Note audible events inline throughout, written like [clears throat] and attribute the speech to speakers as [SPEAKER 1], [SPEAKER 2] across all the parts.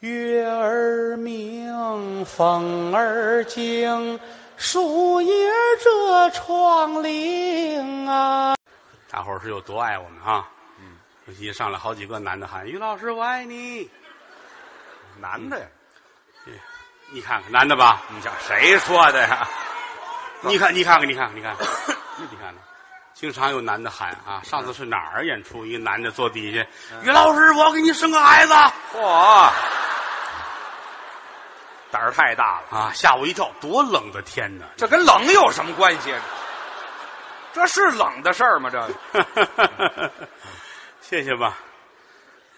[SPEAKER 1] 月儿明，风儿静，树叶遮窗棂啊。大伙儿是有多爱我们啊？嗯，尤其上来好几个男的喊：“于老师，我爱你嗯
[SPEAKER 2] 男的呀？！”
[SPEAKER 1] 你看看男的吧，
[SPEAKER 2] 你想谁说的呀？
[SPEAKER 1] 你看，你看看，你看看，你看看，你看看，经常有男的喊啊。上次是哪儿演出？一个男的坐底下，
[SPEAKER 2] 嗯
[SPEAKER 1] 于老师，我要给你生个孩子
[SPEAKER 2] 嚯，胆儿太大了，
[SPEAKER 1] 啊！吓我一跳，多冷的天呐！
[SPEAKER 2] 这跟冷有什么关系？啊这是冷的事儿吗？这个
[SPEAKER 1] [laughs] 谢谢吧，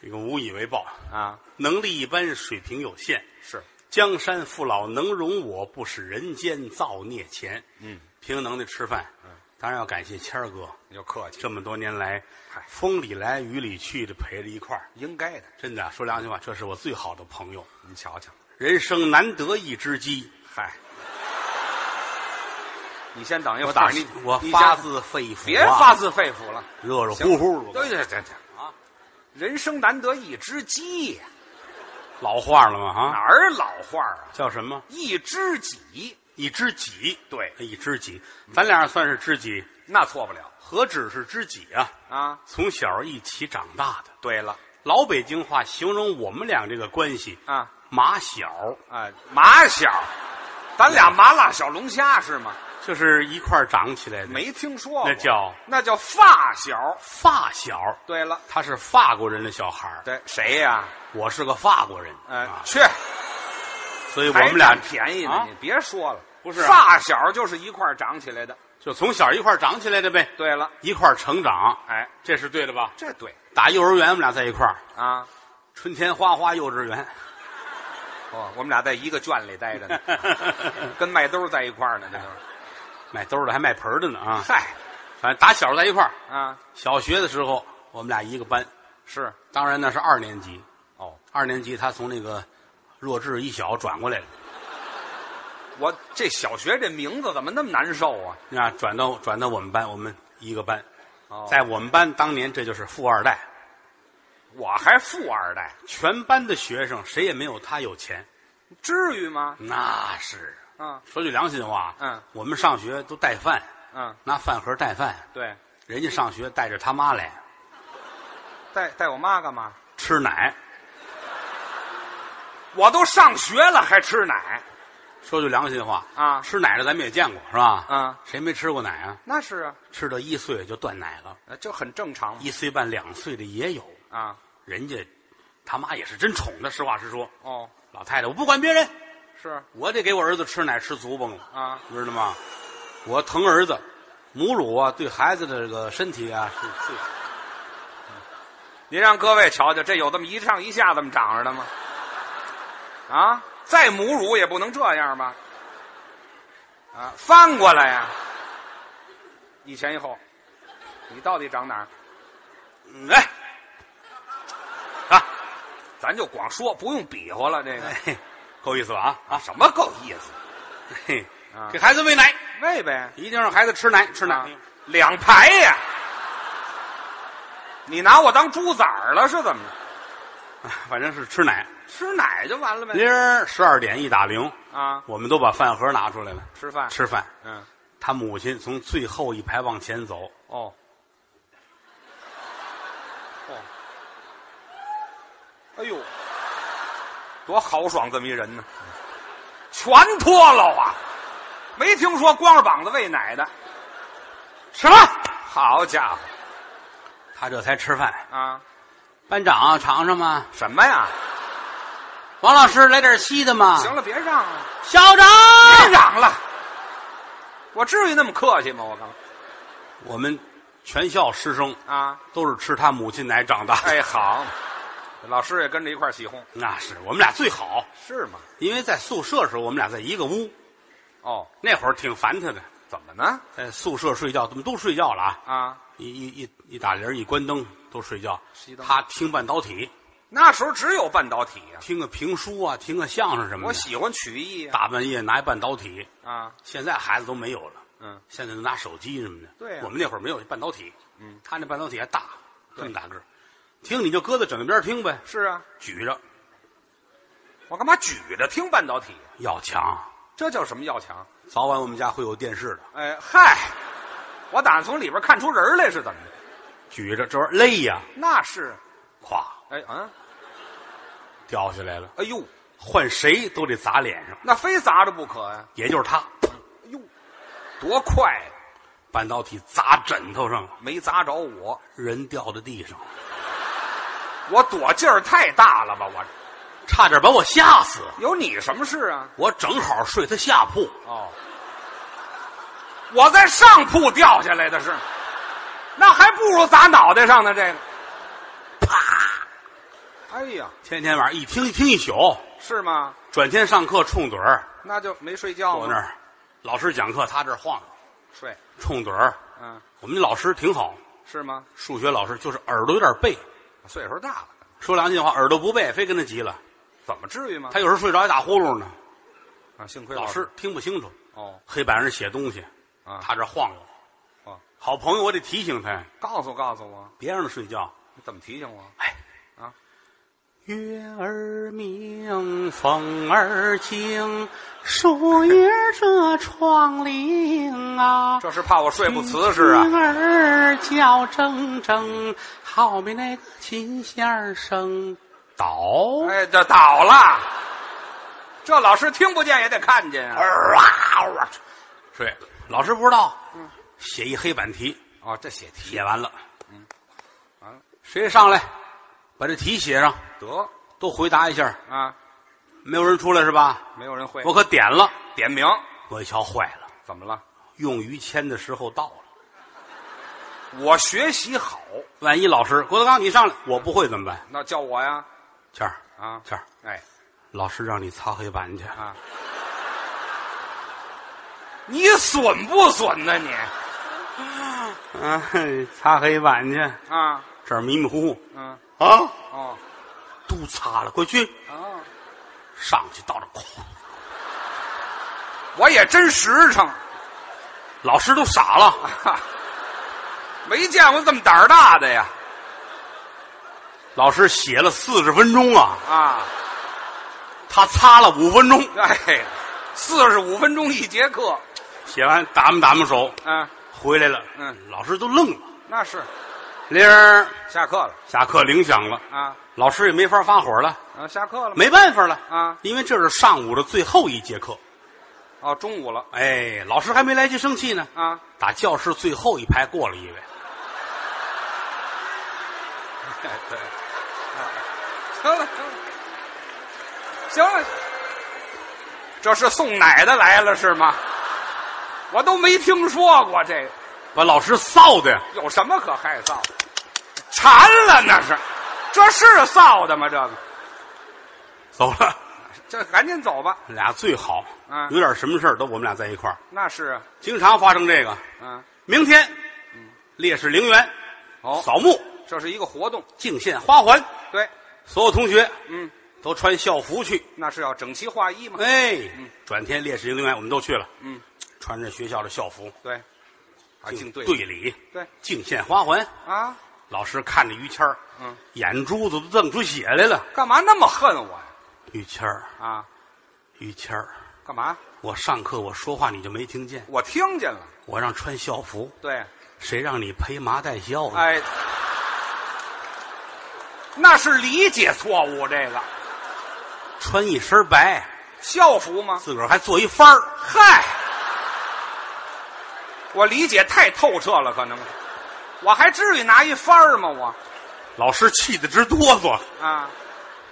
[SPEAKER 1] 这个无以为报，
[SPEAKER 2] 啊，
[SPEAKER 1] 能力一般，水平有限。
[SPEAKER 2] 是
[SPEAKER 1] 江山父老能容我，不使人间造孽钱。
[SPEAKER 2] 嗯，
[SPEAKER 1] 凭能力吃饭。
[SPEAKER 2] 嗯，
[SPEAKER 1] 当然要感谢谦儿哥，
[SPEAKER 2] 你就客气，
[SPEAKER 1] 这么多年来
[SPEAKER 2] 嗨，
[SPEAKER 1] 风里来雨里去的陪着一块儿。
[SPEAKER 2] 应该的。
[SPEAKER 1] 真的啊、说良心话，这是我最好的朋友，
[SPEAKER 2] 你瞧瞧，
[SPEAKER 1] 人生难得一知己。
[SPEAKER 2] 嗨，你先等一会
[SPEAKER 1] 我
[SPEAKER 2] 儿，
[SPEAKER 1] 打
[SPEAKER 2] 你
[SPEAKER 1] 我
[SPEAKER 2] 你
[SPEAKER 1] 发
[SPEAKER 2] 先
[SPEAKER 1] 自肺腑、啊，
[SPEAKER 2] 别发自肺腑了，
[SPEAKER 1] 热热
[SPEAKER 2] 行
[SPEAKER 1] 乎乎的
[SPEAKER 2] 对，对对对啊，人生难得一知己呀，
[SPEAKER 1] 老话了嘛
[SPEAKER 2] 哪
[SPEAKER 1] 啊，
[SPEAKER 2] 儿老话啊？
[SPEAKER 1] 叫什么？
[SPEAKER 2] 一知己，
[SPEAKER 1] 一知己，哎
[SPEAKER 2] 对
[SPEAKER 1] 一知己，咱俩算是知己，
[SPEAKER 2] 那错不了
[SPEAKER 1] 何止是知己啊？
[SPEAKER 2] 啊。
[SPEAKER 1] 从小一起长大的，
[SPEAKER 2] 对了
[SPEAKER 1] 老北京话形容我们俩这个关系，
[SPEAKER 2] 啊，
[SPEAKER 1] 马小
[SPEAKER 2] 啊，麻小，咱俩麻辣小龙虾是吗？
[SPEAKER 1] 就是一块儿长起来的，
[SPEAKER 2] 没听说过，
[SPEAKER 1] 那叫
[SPEAKER 2] 那叫发小。
[SPEAKER 1] 发小，
[SPEAKER 2] 对了，
[SPEAKER 1] 他是法国人的小孩儿
[SPEAKER 2] 对谁呀、
[SPEAKER 1] 我是个法国人，
[SPEAKER 2] 呃，
[SPEAKER 1] 啊，
[SPEAKER 2] 去，
[SPEAKER 1] 所以我
[SPEAKER 2] 还
[SPEAKER 1] 们俩
[SPEAKER 2] 占便宜呢，
[SPEAKER 1] 啊
[SPEAKER 2] 你别说了，
[SPEAKER 1] 不是啊
[SPEAKER 2] 发小就是一块儿长起来的。
[SPEAKER 1] 就从小一块儿长起来的呗，
[SPEAKER 2] 对了，
[SPEAKER 1] 一块儿成长，
[SPEAKER 2] 哎，
[SPEAKER 1] 这是对的吧？
[SPEAKER 2] 这对
[SPEAKER 1] 打幼儿园我们俩在一块儿，
[SPEAKER 2] 啊，
[SPEAKER 1] 春天花花幼稚
[SPEAKER 2] [laughs]
[SPEAKER 1] 园，
[SPEAKER 2] 哦，我们俩在一个圈里待着呢， [laughs] 跟麦兜在一块儿呢，这都是。
[SPEAKER 1] 卖兜儿的还卖盆儿的呢啊！
[SPEAKER 2] 嗨，
[SPEAKER 1] 反正打小在一块儿，
[SPEAKER 2] 啊，
[SPEAKER 1] 小学的时候我们俩一个班，
[SPEAKER 2] 是，
[SPEAKER 1] 当然那是二年级，
[SPEAKER 2] 哦，
[SPEAKER 1] 二年级他从那个弱智一小转过来了，
[SPEAKER 2] 我这小学这名字怎么那么难受啊？
[SPEAKER 1] 啊，转到转到我们班，我们一个班，
[SPEAKER 2] 哦
[SPEAKER 1] 在我们班当年这就是富二代，
[SPEAKER 2] 我还富二代，
[SPEAKER 1] 全班的学生谁也没有他有钱，
[SPEAKER 2] 至于吗？
[SPEAKER 1] 那是
[SPEAKER 2] 啊，
[SPEAKER 1] 说句良心话，
[SPEAKER 2] 嗯，
[SPEAKER 1] 我们上学都带饭，
[SPEAKER 2] 嗯，
[SPEAKER 1] 拿饭盒带饭，
[SPEAKER 2] 对，
[SPEAKER 1] 人家上学带着他妈来
[SPEAKER 2] 带带我妈干嘛？
[SPEAKER 1] 吃奶。
[SPEAKER 2] 我都上学了还吃奶，
[SPEAKER 1] 说句良心话
[SPEAKER 2] 啊
[SPEAKER 1] 吃奶的咱们也见过是吧？
[SPEAKER 2] 嗯
[SPEAKER 1] 谁没吃过奶啊？
[SPEAKER 2] 那是啊，
[SPEAKER 1] 吃到一岁就断奶了，
[SPEAKER 2] 呃这很正常嘛
[SPEAKER 1] 一岁半、两岁的也有。
[SPEAKER 2] 啊。
[SPEAKER 1] 人家他妈也是真宠的，实话实说。
[SPEAKER 2] 哦，
[SPEAKER 1] 老太太，我不管别人，
[SPEAKER 2] 是
[SPEAKER 1] 我得给我儿子吃奶吃足崩了，
[SPEAKER 2] 啊，
[SPEAKER 1] 你知道吗？我疼儿子，母乳啊，对孩子的这个身体啊是最
[SPEAKER 2] 您让各位瞧瞧，这有这么一上一下这么长着的吗？啊，再母乳也不能这样吧？啊，翻过来呀、一前一后，你到底长哪儿？
[SPEAKER 1] 嗯哎
[SPEAKER 2] 咱就光说，不用比划了。这个、
[SPEAKER 1] 哎，够意思吧啊
[SPEAKER 2] 啊，什么够意思？
[SPEAKER 1] 啊！嘿
[SPEAKER 2] 啊
[SPEAKER 1] 给孩子喂奶，
[SPEAKER 2] 喂呗，
[SPEAKER 1] 一定让孩子吃奶吃
[SPEAKER 2] 啊
[SPEAKER 1] 奶。
[SPEAKER 2] 两排呀、你拿我当猪崽儿了是怎么着？
[SPEAKER 1] 反正是吃奶。
[SPEAKER 2] 吃奶就完了呗。
[SPEAKER 1] 铃儿十二点一打铃，
[SPEAKER 2] 啊，
[SPEAKER 1] 我们都把饭盒拿出来了，
[SPEAKER 2] 吃饭，
[SPEAKER 1] 吃饭。
[SPEAKER 2] 嗯，
[SPEAKER 1] 他母亲从最后一排往前走，
[SPEAKER 2] 哦，哦，哎呦，多豪爽这么一人呢，全脱了啊！没听说光着膀子喂奶的，啊
[SPEAKER 1] 什么？
[SPEAKER 2] 好家伙
[SPEAKER 1] 他这才吃饭。
[SPEAKER 2] 啊！
[SPEAKER 1] 班长啊尝尝吗？
[SPEAKER 2] 什么呀？
[SPEAKER 1] 王老师来点稀的吗？
[SPEAKER 2] 行了，哎别嚷了，
[SPEAKER 1] 校
[SPEAKER 2] 别
[SPEAKER 1] 长，
[SPEAKER 2] 嚷了，我至于那么客气吗？我刚
[SPEAKER 1] 我们全校师生
[SPEAKER 2] 啊，
[SPEAKER 1] 都是吃他母亲奶长大。
[SPEAKER 2] 哎，好，老师也跟着一块儿起哄，
[SPEAKER 1] 那是我们俩最好，
[SPEAKER 2] 是吗？
[SPEAKER 1] 因为在宿舍的时候我们俩在一个屋，
[SPEAKER 2] 哦，
[SPEAKER 1] 那会儿挺烦他的，
[SPEAKER 2] 怎么呢？
[SPEAKER 1] 在宿舍睡觉，怎么都睡觉了啊？
[SPEAKER 2] 啊，
[SPEAKER 1] 一一一一打铃，一关灯都睡觉
[SPEAKER 2] 熄。灯
[SPEAKER 1] 他听半导体，
[SPEAKER 2] 那时候只有半导体呀、
[SPEAKER 1] 听个评书啊，听个相声什么
[SPEAKER 2] 我
[SPEAKER 1] 的。
[SPEAKER 2] 喜欢曲艺呀、
[SPEAKER 1] 大半夜拿一半导体，
[SPEAKER 2] 啊，
[SPEAKER 1] 现在孩子都没有了，
[SPEAKER 2] 嗯，
[SPEAKER 1] 现在都拿手机什么的。
[SPEAKER 2] 对呀啊
[SPEAKER 1] 我们那会儿没有半导体，
[SPEAKER 2] 嗯，
[SPEAKER 1] 他那半导体还大，这么大个儿，听你就搁在枕头边儿听呗，
[SPEAKER 2] 是啊，
[SPEAKER 1] 举着，
[SPEAKER 2] 我干嘛举着听半导体？
[SPEAKER 1] 要强，
[SPEAKER 2] 这叫什么要强？
[SPEAKER 1] 早晚我们家会有电视的，
[SPEAKER 2] 哎，嗨，我打算从里边看出人儿来是怎么的？
[SPEAKER 1] 举着这玩意儿累呀，
[SPEAKER 2] 那是，
[SPEAKER 1] 咵
[SPEAKER 2] 哎嗯，
[SPEAKER 1] 掉下来了，
[SPEAKER 2] 哎呦，
[SPEAKER 1] 换谁都得砸脸上，
[SPEAKER 2] 那非砸着不可呀、
[SPEAKER 1] 也就是他，
[SPEAKER 2] 哎呦，多快呀、
[SPEAKER 1] 半导体砸枕头上了，
[SPEAKER 2] 没砸着我，
[SPEAKER 1] 人掉在地上，
[SPEAKER 2] 我躲劲儿太大了吧？我
[SPEAKER 1] 差点把我吓死。
[SPEAKER 2] 有你什么事啊？
[SPEAKER 1] 我正好睡他下铺，
[SPEAKER 2] 哦，我在上铺掉下来的是，那还不如砸脑袋上呢。这个，啪！哎呀，
[SPEAKER 1] 天天晚上一听一听一宿，
[SPEAKER 2] 是吗？
[SPEAKER 1] 转天上课冲盹儿，
[SPEAKER 2] 那就没睡觉
[SPEAKER 1] 我那
[SPEAKER 2] 吗？
[SPEAKER 1] 儿老师讲课，他这儿晃悠
[SPEAKER 2] 睡，
[SPEAKER 1] 冲盹儿。
[SPEAKER 2] 嗯，
[SPEAKER 1] 我们那老师挺好，
[SPEAKER 2] 是吗？
[SPEAKER 1] 数学老师就是耳朵有点背，
[SPEAKER 2] 岁数大了，
[SPEAKER 1] 说良心话，耳朵不背，非跟他急了。
[SPEAKER 2] 怎么至于吗？
[SPEAKER 1] 他有时候睡着还打呼噜呢，
[SPEAKER 2] 啊，幸亏
[SPEAKER 1] 老师听不清楚，
[SPEAKER 2] 哦
[SPEAKER 1] 黑板上写东西，
[SPEAKER 2] 啊，
[SPEAKER 1] 他这晃悠
[SPEAKER 2] 啊。
[SPEAKER 1] 好朋友，我得提醒他，
[SPEAKER 2] 告诉告诉我，
[SPEAKER 1] 别让他睡觉。
[SPEAKER 2] 你怎么提醒我？
[SPEAKER 1] 哎，
[SPEAKER 2] 啊，
[SPEAKER 1] 月儿明，风儿静，树叶遮窗棂啊。
[SPEAKER 2] [laughs] 这是怕我睡不瓷实啊
[SPEAKER 1] 听？儿叫铮铮，好比那个琴弦儿声倒。
[SPEAKER 2] [laughs] 哎，这倒了，这老师听不见也得看见啊。
[SPEAKER 1] 儿啊嗷啊！睡，老师不知道，
[SPEAKER 2] 嗯
[SPEAKER 1] 写一黑板题，
[SPEAKER 2] 哦，这写题
[SPEAKER 1] 写完了，嗯
[SPEAKER 2] 完了
[SPEAKER 1] 谁上来把这题写上，
[SPEAKER 2] 得
[SPEAKER 1] 都回答一下，
[SPEAKER 2] 啊，
[SPEAKER 1] 没有人出来是吧？
[SPEAKER 2] 没有人会。
[SPEAKER 1] 我可点了，
[SPEAKER 2] 点名
[SPEAKER 1] 我一瞧坏了，
[SPEAKER 2] 怎么了？
[SPEAKER 1] 用于谦的时候到了，
[SPEAKER 2] 我学习好，
[SPEAKER 1] 万一老师郭德纲你上来，我不会怎么办？
[SPEAKER 2] 那叫我呀
[SPEAKER 1] 谦儿，
[SPEAKER 2] 啊！
[SPEAKER 1] 谦儿，
[SPEAKER 2] 哎
[SPEAKER 1] 老师让你擦黑板去，
[SPEAKER 2] 啊，你损不损呢、你
[SPEAKER 1] 啊，擦黑板去，
[SPEAKER 2] 啊
[SPEAKER 1] 这儿迷迷糊糊
[SPEAKER 2] 嗯
[SPEAKER 1] 啊，
[SPEAKER 2] 哦
[SPEAKER 1] 都擦了，快去
[SPEAKER 2] 哦，
[SPEAKER 1] 上去到这儿，哐，
[SPEAKER 2] 我也真实诚，
[SPEAKER 1] 老师都傻了，
[SPEAKER 2] 哈没见过这么胆儿大的呀
[SPEAKER 1] 老师写了四十分钟啊。
[SPEAKER 2] 啊！
[SPEAKER 1] 他擦了五分钟，
[SPEAKER 2] 哎，四十五分钟一节课
[SPEAKER 1] 写完打磨打磨手，
[SPEAKER 2] 啊，
[SPEAKER 1] 回来了。
[SPEAKER 2] 嗯，
[SPEAKER 1] 老师都愣了。
[SPEAKER 2] 那是
[SPEAKER 1] 铃儿，
[SPEAKER 2] 下课了
[SPEAKER 1] 下课铃响了，
[SPEAKER 2] 啊
[SPEAKER 1] 老师也没法发火了，
[SPEAKER 2] 啊，下课了吗
[SPEAKER 1] 没办法了，
[SPEAKER 2] 啊？
[SPEAKER 1] 因为这是上午的最后一节课。
[SPEAKER 2] 哦，中午了
[SPEAKER 1] 哎，老师还没来及生气呢，
[SPEAKER 2] 啊，
[SPEAKER 1] 打教室最后一排过了一位，
[SPEAKER 2] 对，行了，行了，行了，这是送奶的来了是吗？我都没听说过这个，
[SPEAKER 1] 把老师臊的呀，
[SPEAKER 2] 有什么可害臊的？馋了那是，这是臊的吗？这个，
[SPEAKER 1] 走了。
[SPEAKER 2] 这赶紧走吧。
[SPEAKER 1] 俩最好，
[SPEAKER 2] 嗯
[SPEAKER 1] 有点什么事儿都我们俩在一块儿，
[SPEAKER 2] 那是啊，
[SPEAKER 1] 经常发生这个。
[SPEAKER 2] 嗯，
[SPEAKER 1] 明天，烈士陵园
[SPEAKER 2] 哦，
[SPEAKER 1] 扫墓，
[SPEAKER 2] 这是一个活动，
[SPEAKER 1] 敬献花环，
[SPEAKER 2] 对，
[SPEAKER 1] 所有同学
[SPEAKER 2] 嗯，
[SPEAKER 1] 都穿校服去。
[SPEAKER 2] 那是要整齐划一嘛，
[SPEAKER 1] 哎，转天烈士营陵园我们都去了，
[SPEAKER 2] 嗯，
[SPEAKER 1] 穿着学校的校服，
[SPEAKER 2] 对，啊，敬
[SPEAKER 1] 队
[SPEAKER 2] 队，
[SPEAKER 1] 礼，
[SPEAKER 2] 对
[SPEAKER 1] 敬献花环。
[SPEAKER 2] 啊，
[SPEAKER 1] 老师看着于谦儿，
[SPEAKER 2] 嗯，
[SPEAKER 1] 眼珠子都瞪出血来了。
[SPEAKER 2] 干嘛那么恨我呀？
[SPEAKER 1] 于谦儿，
[SPEAKER 2] 啊，
[SPEAKER 1] 于谦儿，
[SPEAKER 2] 干嘛？
[SPEAKER 1] 我上课我说话你就没听见，
[SPEAKER 2] 我听见了，
[SPEAKER 1] 我让穿校服，
[SPEAKER 2] 对。
[SPEAKER 1] 谁让你披麻戴孝的？
[SPEAKER 2] 哎，那是理解错误。这个
[SPEAKER 1] 穿一身白，
[SPEAKER 2] 校服吗？
[SPEAKER 1] 自个儿还做一幡儿，
[SPEAKER 2] 嗨，我理解太透彻了，可能我还至于拿一番儿吗？我
[SPEAKER 1] 老师气得直哆嗦，
[SPEAKER 2] 啊，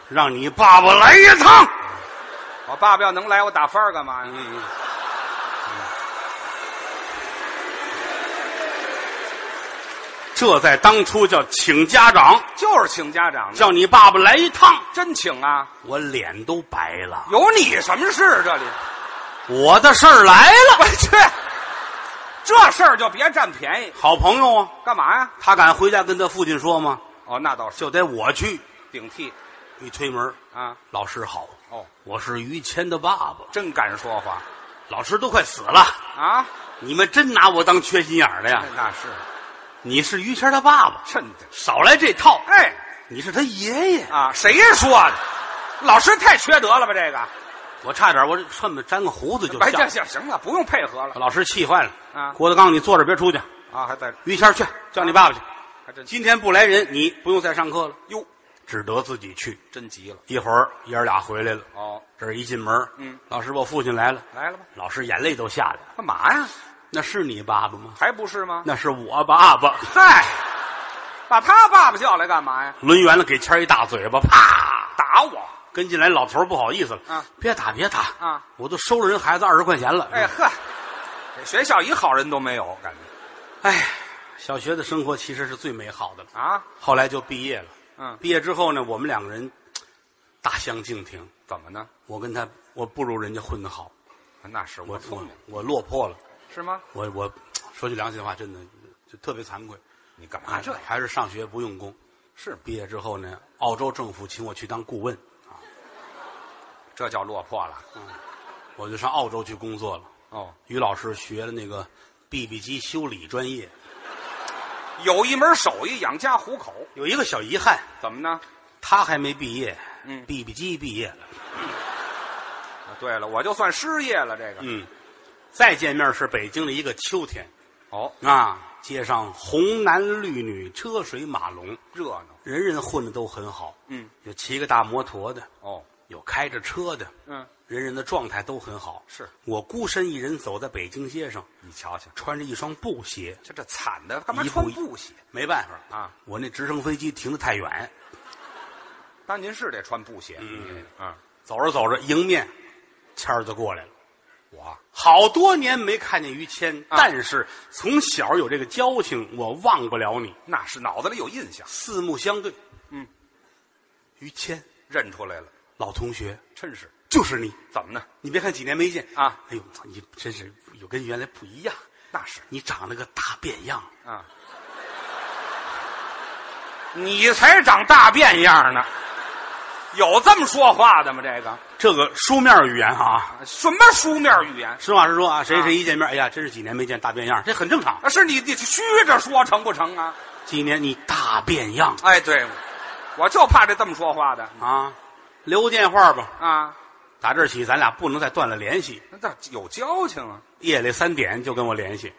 [SPEAKER 1] 让你爸爸来一趟。
[SPEAKER 2] 我爸爸要能来，我打番儿干嘛呀？
[SPEAKER 1] 嗯，这在当初叫请家长，
[SPEAKER 2] 就是请家长的，
[SPEAKER 1] 叫你爸爸来一趟，
[SPEAKER 2] 真请啊！
[SPEAKER 1] 我脸都白了。
[SPEAKER 2] 有你什么事？这里 [laughs]
[SPEAKER 1] 我的事儿来了，
[SPEAKER 2] 我去，这事儿就别占便宜，
[SPEAKER 1] 好朋友啊，
[SPEAKER 2] 干嘛呀？
[SPEAKER 1] 他敢回家跟他父亲说吗？
[SPEAKER 2] 哦，那倒是
[SPEAKER 1] 就得我去。
[SPEAKER 2] 顶替
[SPEAKER 1] 一推门，
[SPEAKER 2] 啊！
[SPEAKER 1] 老师好，
[SPEAKER 2] 哦，
[SPEAKER 1] 我是于谦的爸爸。
[SPEAKER 2] 真敢说话
[SPEAKER 1] 老师都快死了，
[SPEAKER 2] 啊！
[SPEAKER 1] 你们真拿我当缺心眼儿的呀？
[SPEAKER 2] 那是
[SPEAKER 1] 你是于谦他爸爸，
[SPEAKER 2] 趁的，
[SPEAKER 1] 少来这套。
[SPEAKER 2] 哎。
[SPEAKER 1] 你是他爷爷，
[SPEAKER 2] 啊，谁说的？老师太缺德了吧？这个，
[SPEAKER 1] 我差点我恨不得粘个胡子就
[SPEAKER 2] 哎，
[SPEAKER 1] 下
[SPEAKER 2] 行。行行了，不用配合了
[SPEAKER 1] 老师气坏了
[SPEAKER 2] 啊
[SPEAKER 1] 郭德纲，你坐着别出去，
[SPEAKER 2] 啊，还在
[SPEAKER 1] 于谦儿去叫你爸爸去。
[SPEAKER 2] 还真
[SPEAKER 1] 今天不来人，你不用再上课了，
[SPEAKER 2] 哟，
[SPEAKER 1] 只得自己去。
[SPEAKER 2] 真急了
[SPEAKER 1] 一会儿爷儿俩回来了，
[SPEAKER 2] 哦，
[SPEAKER 1] 这一进门，
[SPEAKER 2] 嗯，
[SPEAKER 1] 老师，我父亲来了，
[SPEAKER 2] 来了吧？
[SPEAKER 1] 老师眼泪都下来了。
[SPEAKER 2] 干嘛呀？
[SPEAKER 1] 那是你爸爸吗？
[SPEAKER 2] 还不是吗？
[SPEAKER 1] 那是我爸爸。
[SPEAKER 2] 嗨，把他爸爸叫来干嘛呀？
[SPEAKER 1] 抡圆了给谦儿一大嘴巴，啪！
[SPEAKER 2] 打我！
[SPEAKER 1] 跟进来老头儿不好意思了，
[SPEAKER 2] 啊，
[SPEAKER 1] 别打别打
[SPEAKER 2] 啊！
[SPEAKER 1] 我都收了人孩子二十块钱了。
[SPEAKER 2] 哎呵，这学校一好人都没有，感觉
[SPEAKER 1] 哎，小学的生活其实是最美好的了。
[SPEAKER 2] 啊，
[SPEAKER 1] 后来就毕业了，
[SPEAKER 2] 嗯，
[SPEAKER 1] 毕业之后呢，我们两个人大相径庭。
[SPEAKER 2] 怎么呢？
[SPEAKER 1] 我跟他，我不如人家混得好，
[SPEAKER 2] 那是我
[SPEAKER 1] 我
[SPEAKER 2] 聪
[SPEAKER 1] 我
[SPEAKER 2] 明，
[SPEAKER 1] 我落魄了，
[SPEAKER 2] 是吗？
[SPEAKER 1] 我我说句良心话，真的就特别惭愧哎
[SPEAKER 2] 你干啊嘛这样？
[SPEAKER 1] 还是上学不用功。
[SPEAKER 2] 是吗
[SPEAKER 1] 毕业之后呢，澳洲政府请我去当顾问，
[SPEAKER 2] 这叫落魄了
[SPEAKER 1] 我就上澳洲去工作了。
[SPEAKER 2] 哦。
[SPEAKER 1] 于老师学了那个 BB 机修理专业，
[SPEAKER 2] 有一门手艺养家糊口，
[SPEAKER 1] 有一个小遗憾，
[SPEAKER 2] 怎么呢？
[SPEAKER 1] 他还没毕业，
[SPEAKER 2] 嗯
[SPEAKER 1] ，BB 机毕业了，
[SPEAKER 2] 啊对了，我就算失业了，这个、
[SPEAKER 1] 嗯。再见面是北京的一个秋天
[SPEAKER 2] 哦，
[SPEAKER 1] 啊，街上红男绿女，车水马龙，
[SPEAKER 2] 热闹
[SPEAKER 1] 人人混的都很好，
[SPEAKER 2] 嗯，
[SPEAKER 1] 有骑个大摩托的，
[SPEAKER 2] 哦，
[SPEAKER 1] 有开着车的，
[SPEAKER 2] 嗯，
[SPEAKER 1] 人人的状态都很好。
[SPEAKER 2] 是
[SPEAKER 1] 我孤身一人走在北京街上，
[SPEAKER 2] 你瞧瞧，
[SPEAKER 1] 穿着一双布鞋，
[SPEAKER 2] 这这惨的，干嘛
[SPEAKER 1] 一步
[SPEAKER 2] 穿
[SPEAKER 1] 一
[SPEAKER 2] 布鞋？
[SPEAKER 1] 没办法
[SPEAKER 2] 啊，
[SPEAKER 1] 我那直升飞机停得太远，
[SPEAKER 2] 当您是得穿布鞋，嗯啊，
[SPEAKER 1] 走着走着，迎面谦儿就过来了。
[SPEAKER 2] 我
[SPEAKER 1] 好多年没看见于谦，
[SPEAKER 2] 啊
[SPEAKER 1] 但是从小有这个交情，我忘不了你。
[SPEAKER 2] 那是脑子里有印象，
[SPEAKER 1] 四目相对，
[SPEAKER 2] 嗯，
[SPEAKER 1] 于谦
[SPEAKER 2] 认出来了，
[SPEAKER 1] 老同学
[SPEAKER 2] 真是
[SPEAKER 1] 就是你。
[SPEAKER 2] 怎么呢？
[SPEAKER 1] 你别看几年没见
[SPEAKER 2] 啊，
[SPEAKER 1] 哎呦，你真是有跟原来不一样，
[SPEAKER 2] 那是
[SPEAKER 1] 你长了个大变样。
[SPEAKER 2] 啊，你才长大变样呢，有这么说话的吗？这个
[SPEAKER 1] 这个书面语言啊，
[SPEAKER 2] 什么书面语言？
[SPEAKER 1] 实话实说啊，谁
[SPEAKER 2] 啊
[SPEAKER 1] 谁一见面，哎呀，真是几年没见大变样，这很正常。
[SPEAKER 2] 啊，是你你虚着说成不成啊？
[SPEAKER 1] 今年你大变样
[SPEAKER 2] 哎，对，我就怕这这么说话的
[SPEAKER 1] 啊，留电话吧。
[SPEAKER 2] 啊，
[SPEAKER 1] 打这儿起，咱俩不能再断了联系。
[SPEAKER 2] 那这有交情啊。
[SPEAKER 1] 夜里三点就跟我联系，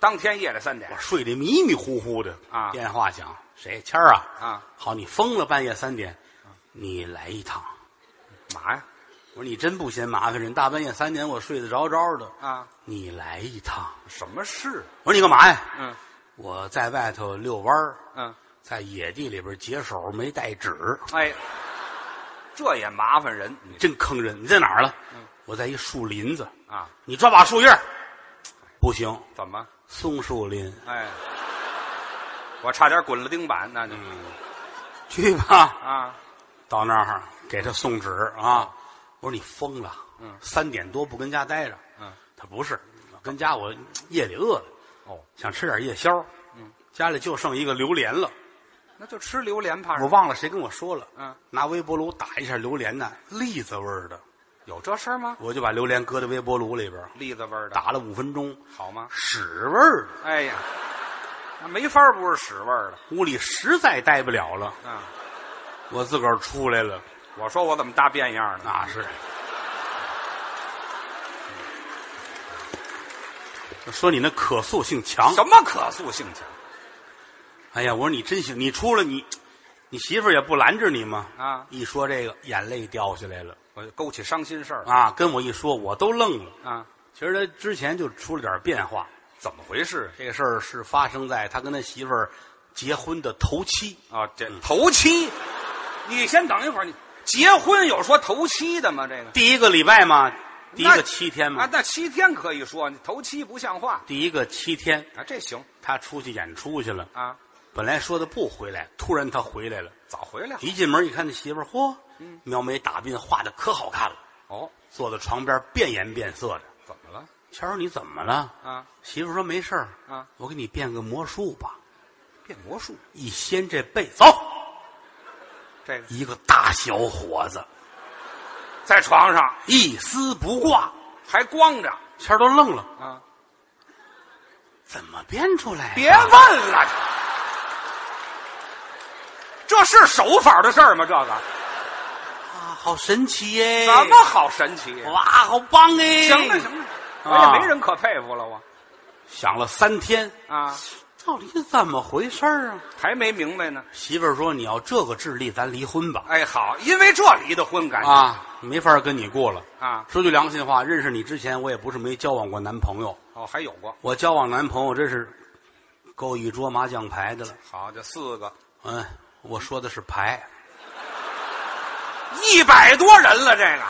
[SPEAKER 2] 当天夜里三点
[SPEAKER 1] 我睡得迷迷糊糊的
[SPEAKER 2] 啊
[SPEAKER 1] 电话响，谁？谦儿啊？
[SPEAKER 2] 啊，
[SPEAKER 1] 好，你疯了，半夜三点，你来一趟。
[SPEAKER 2] 嘛呀？
[SPEAKER 1] 我说你真不嫌麻烦人，大半夜三点我睡得着着的，
[SPEAKER 2] 啊，
[SPEAKER 1] 你来一趟。
[SPEAKER 2] 什么事？
[SPEAKER 1] 我说你干嘛呀？
[SPEAKER 2] 嗯
[SPEAKER 1] 我在外头遛弯儿，
[SPEAKER 2] 嗯，
[SPEAKER 1] 在野地里边解手没带纸，
[SPEAKER 2] 哎，这也麻烦人你
[SPEAKER 1] 真坑人。你在哪儿了？
[SPEAKER 2] 嗯
[SPEAKER 1] 我在一树林子，
[SPEAKER 2] 啊？
[SPEAKER 1] 你抓把树叶儿，不行，
[SPEAKER 2] 怎么？
[SPEAKER 1] 松树林，
[SPEAKER 2] 哎，我差点滚了钉板，那就
[SPEAKER 1] 去吧。
[SPEAKER 2] 啊，
[SPEAKER 1] 到那儿给他送纸啊！我说你疯了，嗯，三点多不跟家待着，
[SPEAKER 2] 嗯，
[SPEAKER 1] 他不是，跟家我夜里饿了，
[SPEAKER 2] 哦，
[SPEAKER 1] 想吃点夜宵，嗯，家里就剩一个榴莲了，
[SPEAKER 2] 那就吃榴莲怕什
[SPEAKER 1] 我
[SPEAKER 2] 么？
[SPEAKER 1] 忘了谁跟我说了，
[SPEAKER 2] 嗯，
[SPEAKER 1] 拿微波炉打一下榴莲呢，栗子味儿的，
[SPEAKER 2] 有这事儿吗？
[SPEAKER 1] 我就把榴莲搁在微波炉里边儿
[SPEAKER 2] 栗子味儿的
[SPEAKER 1] 打了五分钟，
[SPEAKER 2] 好吗？
[SPEAKER 1] 屎味儿的，
[SPEAKER 2] 哎呀，那没法儿不是屎味儿的
[SPEAKER 1] 屋里实在待不了了，
[SPEAKER 2] 啊！
[SPEAKER 1] 我自个儿出来了，
[SPEAKER 2] 我说我怎么大变样呢？
[SPEAKER 1] 那是。嗯说你那可塑性强，
[SPEAKER 2] 什么可塑性强
[SPEAKER 1] 哎呀，我说你真行，你出了你，你媳妇儿也不拦着你吗？
[SPEAKER 2] 啊
[SPEAKER 1] 一说这个，眼泪掉下来了
[SPEAKER 2] 我就勾起伤心事儿了
[SPEAKER 1] 啊！跟我一说，我都愣了。
[SPEAKER 2] 啊！
[SPEAKER 1] 其实他之前就出了点变化，
[SPEAKER 2] 怎么回事啊
[SPEAKER 1] 这个事儿是发生在他跟他媳妇儿结婚的头七。
[SPEAKER 2] 啊？这
[SPEAKER 1] 嗯
[SPEAKER 2] 头七，你先等一会儿，你结婚有说头七的吗？这个
[SPEAKER 1] 第一个礼拜嘛，第一
[SPEAKER 2] 那
[SPEAKER 1] 个七天
[SPEAKER 2] 啊
[SPEAKER 1] 嘛，，
[SPEAKER 2] 那七天可以说，你头七不像话
[SPEAKER 1] 第一个七天
[SPEAKER 2] 啊！这行
[SPEAKER 1] 他出去演出去了，
[SPEAKER 2] 啊，
[SPEAKER 1] 本来说的不回来，突然他回来了。
[SPEAKER 2] 早回来
[SPEAKER 1] 一进门一看，那媳妇儿，嚯，
[SPEAKER 2] 嗯
[SPEAKER 1] 描眉打鬓，画的可好看了，
[SPEAKER 2] 哦，
[SPEAKER 1] 坐在床边变颜变色的。
[SPEAKER 2] 怎么了
[SPEAKER 1] 谦儿，你怎么了？
[SPEAKER 2] 啊？
[SPEAKER 1] 媳妇儿说没事儿
[SPEAKER 2] 啊，
[SPEAKER 1] 我给你变个魔术吧。
[SPEAKER 2] 变魔术
[SPEAKER 1] 一掀这被，走，
[SPEAKER 2] 这个
[SPEAKER 1] 一个大小伙子，
[SPEAKER 2] 在床上
[SPEAKER 1] 一丝不挂，
[SPEAKER 2] 还光着
[SPEAKER 1] 谦儿都愣了，
[SPEAKER 2] 啊！
[SPEAKER 1] 怎么变出来、
[SPEAKER 2] 别问了，
[SPEAKER 1] 哎
[SPEAKER 2] 这是手法的事儿吗？这个
[SPEAKER 1] 啊，好神奇耶！
[SPEAKER 2] 怎么好神奇？
[SPEAKER 1] 哇，好棒哎！
[SPEAKER 2] 行了，行了，我
[SPEAKER 1] 啊
[SPEAKER 2] 也没人可佩服了，我
[SPEAKER 1] 想了三天，
[SPEAKER 2] 啊，
[SPEAKER 1] 到底怎么回事儿啊？
[SPEAKER 2] 还没明白呢。
[SPEAKER 1] 媳妇儿说：“你要这个智力，咱离婚吧。
[SPEAKER 2] 哎，好，因为这离的婚，”感觉
[SPEAKER 1] 啊，没法跟你过了。
[SPEAKER 2] 啊，
[SPEAKER 1] 说句良心话，认识你之前，我也不是没交往过男朋友。
[SPEAKER 2] 哦，还有过，
[SPEAKER 1] 我交往男朋友真是够一桌麻将牌的了。
[SPEAKER 2] 好，这四个，
[SPEAKER 1] 嗯，我说的是牌，
[SPEAKER 2] 一百多人了，这个，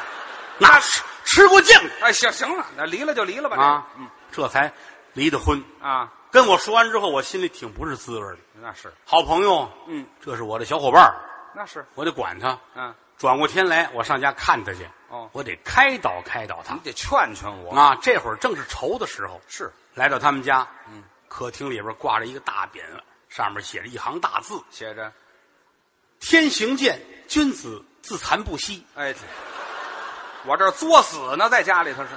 [SPEAKER 1] 那吃吃过酱
[SPEAKER 2] 哎，行行了，那离了就离了吧，
[SPEAKER 1] 啊
[SPEAKER 2] 这个嗯，
[SPEAKER 1] 这才离的婚。
[SPEAKER 2] 啊，
[SPEAKER 1] 跟我说完之后，我心里挺不是滋味的。
[SPEAKER 2] 那是，
[SPEAKER 1] 好朋友，
[SPEAKER 2] 嗯，
[SPEAKER 1] 这是我的小伙伴儿
[SPEAKER 2] 那是，
[SPEAKER 1] 我得管他。
[SPEAKER 2] 嗯，
[SPEAKER 1] 转过天来，我上家看他去。
[SPEAKER 2] 哦
[SPEAKER 1] 我得开导开导他
[SPEAKER 2] 你。得劝劝我，
[SPEAKER 1] 啊，这会儿正是愁的时候，
[SPEAKER 2] 是
[SPEAKER 1] 来到他们家，嗯，客厅里边挂着一个大匾额，上面写着一行大字
[SPEAKER 2] 写着，：“
[SPEAKER 1] 天行健，君子自残不息。
[SPEAKER 2] 哎，这我这儿作死呢，在家里头是”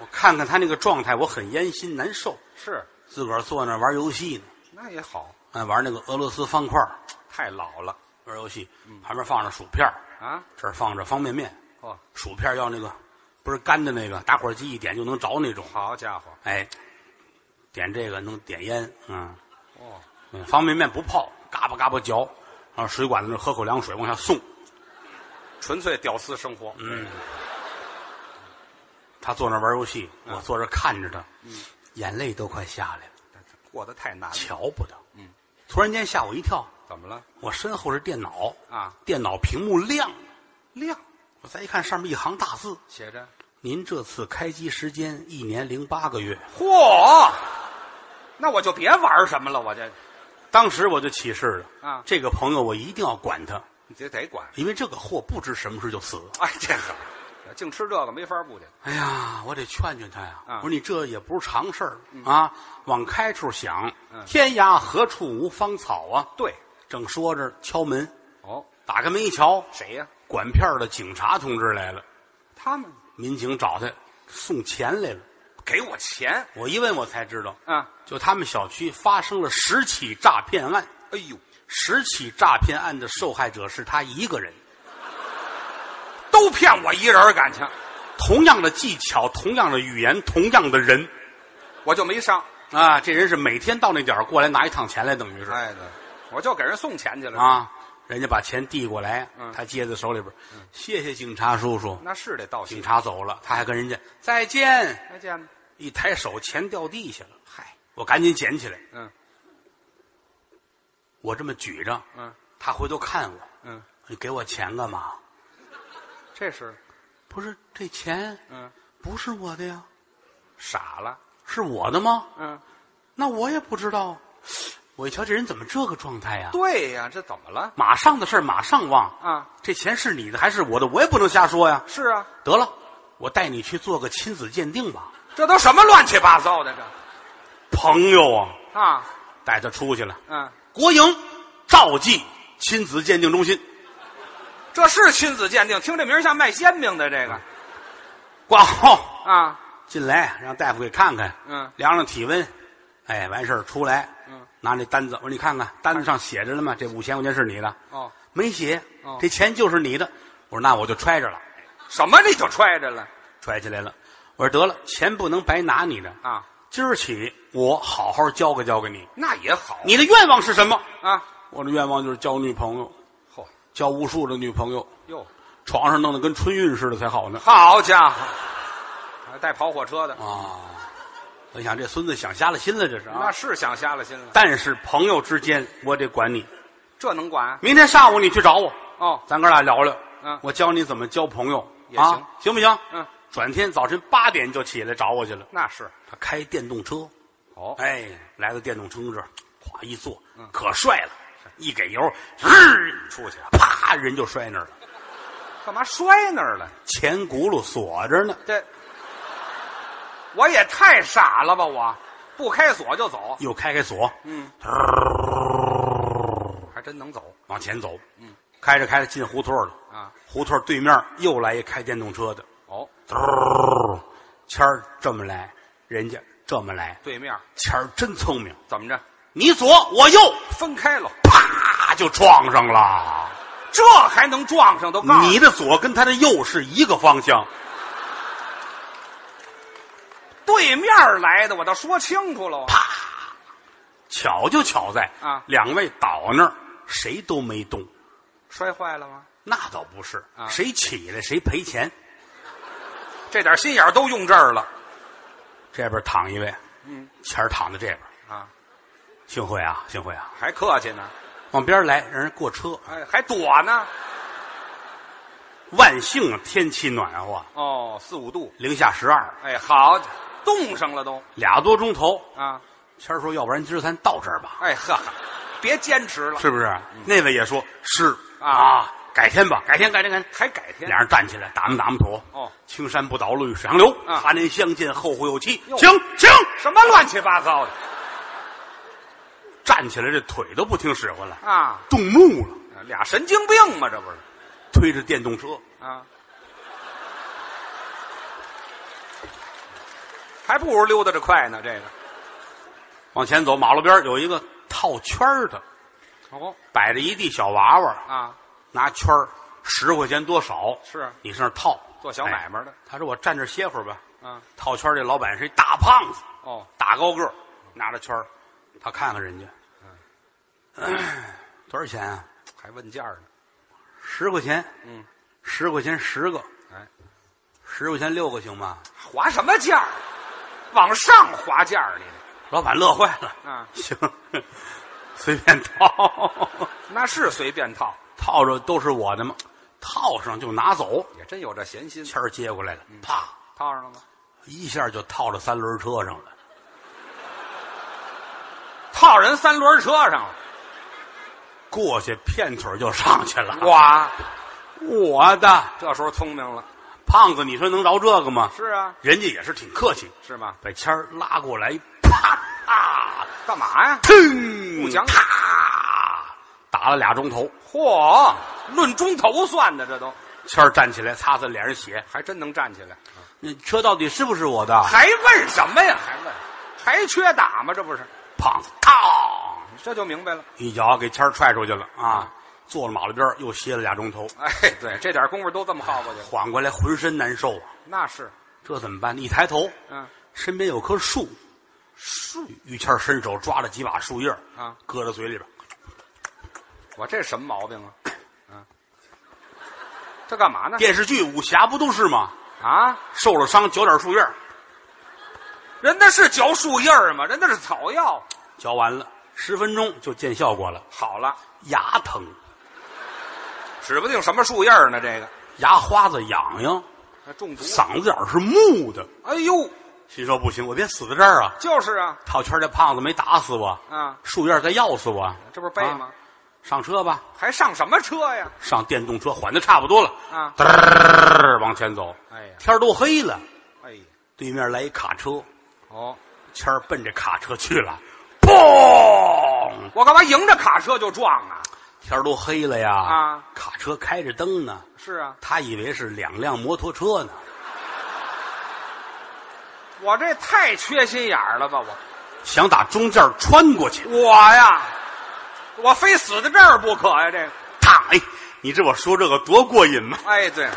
[SPEAKER 1] 我看看他那个状态，我很烟心难受。
[SPEAKER 2] 是，
[SPEAKER 1] 自个儿坐那儿玩游戏呢，
[SPEAKER 2] 那也好，
[SPEAKER 1] 哎，玩那个俄罗斯方块儿
[SPEAKER 2] 太老了
[SPEAKER 1] 玩游戏，旁边放着薯片儿
[SPEAKER 2] 啊，
[SPEAKER 1] 这儿放着方便面，
[SPEAKER 2] 哦，
[SPEAKER 1] 薯片儿要那个不是干的那个，打火机一点就能着那种。
[SPEAKER 2] 好家伙，
[SPEAKER 1] 哎，点这个能点烟，嗯，
[SPEAKER 2] 哦，
[SPEAKER 1] 嗯方便面不泡，嘎巴嘎巴嚼，然后水管子那儿喝口凉水往下送。
[SPEAKER 2] 纯粹屌丝生活，嗯，
[SPEAKER 1] 他坐那儿玩游戏，
[SPEAKER 2] 嗯
[SPEAKER 1] 我坐这儿看着他，眼泪都快下来了，
[SPEAKER 2] 过得太难了，
[SPEAKER 1] 瞧不得。嗯，突然间吓我一跳，
[SPEAKER 2] 怎么了？
[SPEAKER 1] 我身后是电脑
[SPEAKER 2] 啊，
[SPEAKER 1] 电脑屏幕亮，
[SPEAKER 2] 亮
[SPEAKER 1] 我再一看上面一行大字：
[SPEAKER 2] 写着，
[SPEAKER 1] 您这次开机时间一年零八个月。
[SPEAKER 2] 嚯，那我就别玩什么了，我这
[SPEAKER 1] 当时我就起誓了，
[SPEAKER 2] 啊
[SPEAKER 1] 这个朋友我一定要管他，
[SPEAKER 2] 你这得管，
[SPEAKER 1] 因为这个货不知什么时候就死了。
[SPEAKER 2] [laughs] 哎，这个净吃这个没法不去，
[SPEAKER 1] 哎呀，我得劝劝他呀！
[SPEAKER 2] 啊
[SPEAKER 1] 我说你这也不是常事儿、啊，往开处想，
[SPEAKER 2] 嗯
[SPEAKER 1] 天涯何处无芳草啊！
[SPEAKER 2] 对，
[SPEAKER 1] 正说着，敲门，
[SPEAKER 2] 哦，
[SPEAKER 1] 打开门一瞧，
[SPEAKER 2] 谁呀、
[SPEAKER 1] 管片儿的警察同志来了，
[SPEAKER 2] 他们
[SPEAKER 1] 民警找他送钱来了。
[SPEAKER 2] 给我钱
[SPEAKER 1] 我一问，我才知道，
[SPEAKER 2] 啊，
[SPEAKER 1] 就他们小区发生了十起诈骗案，
[SPEAKER 2] 哎呦，
[SPEAKER 1] 十起诈骗案的受害者是他一个人。
[SPEAKER 2] 都骗我一人儿感情，
[SPEAKER 1] 同样的技巧，同样的语言，同样的人
[SPEAKER 2] 我就没上，
[SPEAKER 1] 啊，这人是每天到那点儿过来拿一趟钱来，等于是。
[SPEAKER 2] 哎对，我就给人送钱去了，
[SPEAKER 1] 啊，人家把钱递过来，
[SPEAKER 2] 嗯
[SPEAKER 1] 他接在手里边，谢谢警察叔叔。
[SPEAKER 2] 那是得道
[SPEAKER 1] 警
[SPEAKER 2] 谢，
[SPEAKER 1] 察走了，他还跟人家再见，
[SPEAKER 2] 再见吧，
[SPEAKER 1] 一抬手钱掉地下了，
[SPEAKER 2] 嗨，
[SPEAKER 1] 我赶紧捡起来，
[SPEAKER 2] 嗯
[SPEAKER 1] 我这么举着，
[SPEAKER 2] 嗯
[SPEAKER 1] 他回头看我，
[SPEAKER 2] 嗯，
[SPEAKER 1] 你给我钱干嘛？
[SPEAKER 2] 这是
[SPEAKER 1] 不是这钱
[SPEAKER 2] 嗯
[SPEAKER 1] 不是我的呀，
[SPEAKER 2] 傻了，
[SPEAKER 1] 是我的吗？
[SPEAKER 2] 嗯，
[SPEAKER 1] 那我也不知道。我一瞧这人怎么这个状态呀、
[SPEAKER 2] 对呀、这怎么了
[SPEAKER 1] 马上的事儿马上忘，
[SPEAKER 2] 啊？
[SPEAKER 1] 这钱是你的还是我的？我也不能瞎说呀。
[SPEAKER 2] 是啊，
[SPEAKER 1] 得了，我带你去做个亲子鉴定吧。
[SPEAKER 2] 这都什么乱七八糟的这
[SPEAKER 1] 朋友啊，
[SPEAKER 2] 啊？
[SPEAKER 1] 带他出去了。
[SPEAKER 2] 嗯，
[SPEAKER 1] 国营赵记亲子鉴定中心
[SPEAKER 2] 这是亲子鉴定，听这名儿像卖煎饼的这个
[SPEAKER 1] 挂号
[SPEAKER 2] 啊，
[SPEAKER 1] 进来，让大夫给看看，
[SPEAKER 2] 嗯
[SPEAKER 1] 量量体温，哎，完事儿出来，
[SPEAKER 2] 嗯，
[SPEAKER 1] 拿那单子，我说你看看，单子上写着了吗？这五千块钱是你的，
[SPEAKER 2] 哦，
[SPEAKER 1] 没写
[SPEAKER 2] 哦，
[SPEAKER 1] 这钱就是你的。我说那我就揣着了，
[SPEAKER 2] 什么你就揣着了
[SPEAKER 1] 揣起来了。我说得了，钱不能白拿你的，
[SPEAKER 2] 啊？
[SPEAKER 1] 今儿起我好好教给教给你。
[SPEAKER 2] 那也好
[SPEAKER 1] 你的愿望是什么？
[SPEAKER 2] 啊，
[SPEAKER 1] 我的愿望就是交女朋友，
[SPEAKER 2] 嚯
[SPEAKER 1] 交无数的女朋友，
[SPEAKER 2] 哟，
[SPEAKER 1] 床上弄得跟春运似的才好呢。
[SPEAKER 2] 好家伙，还带跑火车的，
[SPEAKER 1] 啊，我想这孙子想瞎了心了，这是
[SPEAKER 2] 那
[SPEAKER 1] 啊。
[SPEAKER 2] 是想瞎了心了，
[SPEAKER 1] 但是朋友之间，我得管你。
[SPEAKER 2] 这能管
[SPEAKER 1] 明天上午你去找我，
[SPEAKER 2] 哦？
[SPEAKER 1] 咱哥俩聊聊。
[SPEAKER 2] 嗯
[SPEAKER 1] 我教你怎么交朋友，
[SPEAKER 2] 也行
[SPEAKER 1] 啊，行不行？
[SPEAKER 2] 嗯，
[SPEAKER 1] 转天早晨八点就起来找我去了。
[SPEAKER 2] 那是
[SPEAKER 1] 他开电动车，
[SPEAKER 2] 哦，
[SPEAKER 1] 哎，来到电动车这儿，咵一坐
[SPEAKER 2] 嗯，
[SPEAKER 1] 可帅了。一给油，日
[SPEAKER 2] 出去
[SPEAKER 1] 啪，人就摔那儿了，
[SPEAKER 2] 干嘛摔那儿了？
[SPEAKER 1] 前轱辘锁着呢。
[SPEAKER 2] 这我也太傻了吧！我不开锁就走，
[SPEAKER 1] 又开开锁，
[SPEAKER 2] 嗯，还真能走
[SPEAKER 1] 往前走。嗯，开着开着进胡同了。
[SPEAKER 2] 啊！
[SPEAKER 1] 胡同对面又来一开电动车的，
[SPEAKER 2] 哦，
[SPEAKER 1] 嗖，谦儿这么来，人家这么来，
[SPEAKER 2] 对面
[SPEAKER 1] 谦儿真聪明，
[SPEAKER 2] 怎么着？
[SPEAKER 1] 你左我右，
[SPEAKER 2] 分开了，
[SPEAKER 1] 啪就撞上了。
[SPEAKER 2] 这还能撞上？都告诉
[SPEAKER 1] 你的左跟他的右是一个方向，
[SPEAKER 2] 对面来的，我倒说清楚了。啪，
[SPEAKER 1] 巧就巧在
[SPEAKER 2] 啊
[SPEAKER 1] 两位倒那儿，谁都没动。
[SPEAKER 2] 摔坏了吗？
[SPEAKER 1] 那倒不是，
[SPEAKER 2] 啊
[SPEAKER 1] 谁起来谁赔钱。
[SPEAKER 2] 这点心眼儿都用这儿了
[SPEAKER 1] 这边躺一位，
[SPEAKER 2] 嗯，
[SPEAKER 1] 前儿躺在这边，
[SPEAKER 2] 啊，
[SPEAKER 1] 幸会啊，幸会啊，
[SPEAKER 2] 还客气呢，
[SPEAKER 1] 往边儿来，让人过车。
[SPEAKER 2] 哎，还躲呢。
[SPEAKER 1] 万幸啊天气暖和，
[SPEAKER 2] 哦，四五度，
[SPEAKER 1] 零下十二，
[SPEAKER 2] 哎，好，冻上了都
[SPEAKER 1] 俩多钟头。
[SPEAKER 2] 啊，
[SPEAKER 1] 谦儿说：“要不然今儿咱到这儿吧，
[SPEAKER 2] 哎呵，别坚持了，
[SPEAKER 1] 是不是？”那位也说：“是
[SPEAKER 2] 啊
[SPEAKER 1] 啊，改天吧，改天，改天，改天。”
[SPEAKER 2] 还改天
[SPEAKER 1] 俩人站起来，打磨打磨土。
[SPEAKER 2] 哦，
[SPEAKER 1] 青山不倒，绿水长流。
[SPEAKER 2] 啊
[SPEAKER 1] 他年相见，后会有期。
[SPEAKER 2] 哟
[SPEAKER 1] 请请，
[SPEAKER 2] 什么乱七八糟的
[SPEAKER 1] 站起来，这腿都不听使唤了，
[SPEAKER 2] 啊？
[SPEAKER 1] 动怒了，
[SPEAKER 2] 俩神经病嘛，这不是
[SPEAKER 1] 推着电动车，
[SPEAKER 2] 啊？还不如溜达着快呢，这个
[SPEAKER 1] 往前走。马路边儿有一个套圈儿的，
[SPEAKER 2] 哦
[SPEAKER 1] 摆着一地小娃娃，
[SPEAKER 2] 啊，
[SPEAKER 1] 拿圈儿，十块钱多少？
[SPEAKER 2] 是
[SPEAKER 1] 你上那儿套
[SPEAKER 2] 做小买卖的
[SPEAKER 1] 哎他说：“我站这儿歇会儿吧。
[SPEAKER 2] 啊”
[SPEAKER 1] 套圈儿这老板是一大胖子，
[SPEAKER 2] 哦，
[SPEAKER 1] 大高个儿，拿着圈儿，他看看人家，
[SPEAKER 2] 嗯
[SPEAKER 1] [clears throat] 多少钱啊？
[SPEAKER 2] 还问价呢，
[SPEAKER 1] 十块钱，
[SPEAKER 2] 嗯，
[SPEAKER 1] 十块钱十个，
[SPEAKER 2] 哎，
[SPEAKER 1] 十块钱六个行吗？
[SPEAKER 2] 划什么价？往上划价你这
[SPEAKER 1] 老板乐坏了， [laughs]
[SPEAKER 2] 啊，
[SPEAKER 1] 行，随便套，
[SPEAKER 2] 那是随便套，
[SPEAKER 1] 套着都是我的嘛，套上就拿走。
[SPEAKER 2] 也真有这闲心，
[SPEAKER 1] 谦儿接过来了，
[SPEAKER 2] 嗯
[SPEAKER 1] 啪，
[SPEAKER 2] 套上了吗？
[SPEAKER 1] 一下就套到三轮车上了。
[SPEAKER 2] 套人三轮车上了，
[SPEAKER 1] 过去片腿就上去了。 [laughs]
[SPEAKER 2] 哇，
[SPEAKER 1] 我的
[SPEAKER 2] 这时候聪明了，
[SPEAKER 1] 胖子，你说能饶这个吗？
[SPEAKER 2] 是啊，
[SPEAKER 1] 人家也是挺客气，
[SPEAKER 2] 是吗？
[SPEAKER 1] 把谦儿拉过来，啪啊，
[SPEAKER 2] 干嘛呀？
[SPEAKER 1] 腾，
[SPEAKER 2] 不讲理
[SPEAKER 1] 啪，打了俩钟头。
[SPEAKER 2] 嚯，论钟头算的，这都
[SPEAKER 1] 谦儿站起来擦擦脸上血，
[SPEAKER 2] 还真能站起来，
[SPEAKER 1] 那车到底是不是我的？
[SPEAKER 2] 还问什么呀？还问，还缺打吗？这不是，
[SPEAKER 1] 胖子，当，
[SPEAKER 2] 这就明白了。
[SPEAKER 1] 一脚给谦儿踹出去了啊！坐了马路边儿又歇了俩钟头，
[SPEAKER 2] 哎，对，这点功夫都这么耗过去了，
[SPEAKER 1] 缓过来浑身难受啊！
[SPEAKER 2] 那是，
[SPEAKER 1] 这怎么办？一抬头，
[SPEAKER 2] 嗯，
[SPEAKER 1] 身边有棵树，
[SPEAKER 2] 树
[SPEAKER 1] 于谦儿伸手抓了几把树叶儿
[SPEAKER 2] 啊，
[SPEAKER 1] 搁到嘴里边儿，
[SPEAKER 2] 我这什么毛病啊？啊，这干嘛呢？
[SPEAKER 1] 电视剧武侠不都是吗？
[SPEAKER 2] 啊，
[SPEAKER 1] 受了伤嚼点树叶儿，
[SPEAKER 2] 人那是嚼树叶儿吗？人那是草药。
[SPEAKER 1] 嚼完了十分钟就见效果了，
[SPEAKER 2] 好了，
[SPEAKER 1] 牙疼，
[SPEAKER 2] 指不定什么树叶儿呢。这个
[SPEAKER 1] 牙花子痒痒，
[SPEAKER 2] 那中毒了。
[SPEAKER 1] 嗓子眼儿是木的。
[SPEAKER 2] 哎呦，
[SPEAKER 1] 心说不行，我别死在这儿啊！
[SPEAKER 2] 就是啊，
[SPEAKER 1] 套圈儿这胖子没打死我，
[SPEAKER 2] 啊，
[SPEAKER 1] 树叶儿再要死我，
[SPEAKER 2] 这不是背吗？
[SPEAKER 1] 啊上车吧，
[SPEAKER 2] 还上什么车呀？
[SPEAKER 1] 上电动车，缓的差不多了，
[SPEAKER 2] 啊，
[SPEAKER 1] 嘚儿往前走，
[SPEAKER 2] 哎呀，
[SPEAKER 1] 天儿都黑了，
[SPEAKER 2] 哎呀，
[SPEAKER 1] 对面来一卡车，
[SPEAKER 2] 哦，
[SPEAKER 1] 谦儿奔着卡车去了，嘣！
[SPEAKER 2] 我干嘛迎着卡车就撞啊？
[SPEAKER 1] 天儿都黑了呀，
[SPEAKER 2] 啊，
[SPEAKER 1] 卡车开着灯呢，
[SPEAKER 2] 是啊，
[SPEAKER 1] 他以为是两辆摩托车呢。
[SPEAKER 2] 我这太缺心眼儿了吧？我
[SPEAKER 1] 想打中间穿过去，
[SPEAKER 2] 我呀，我非死在这儿不可呀！这个，
[SPEAKER 1] 啪！哎，你知道我说这个多过瘾吗？
[SPEAKER 2] 哎，对，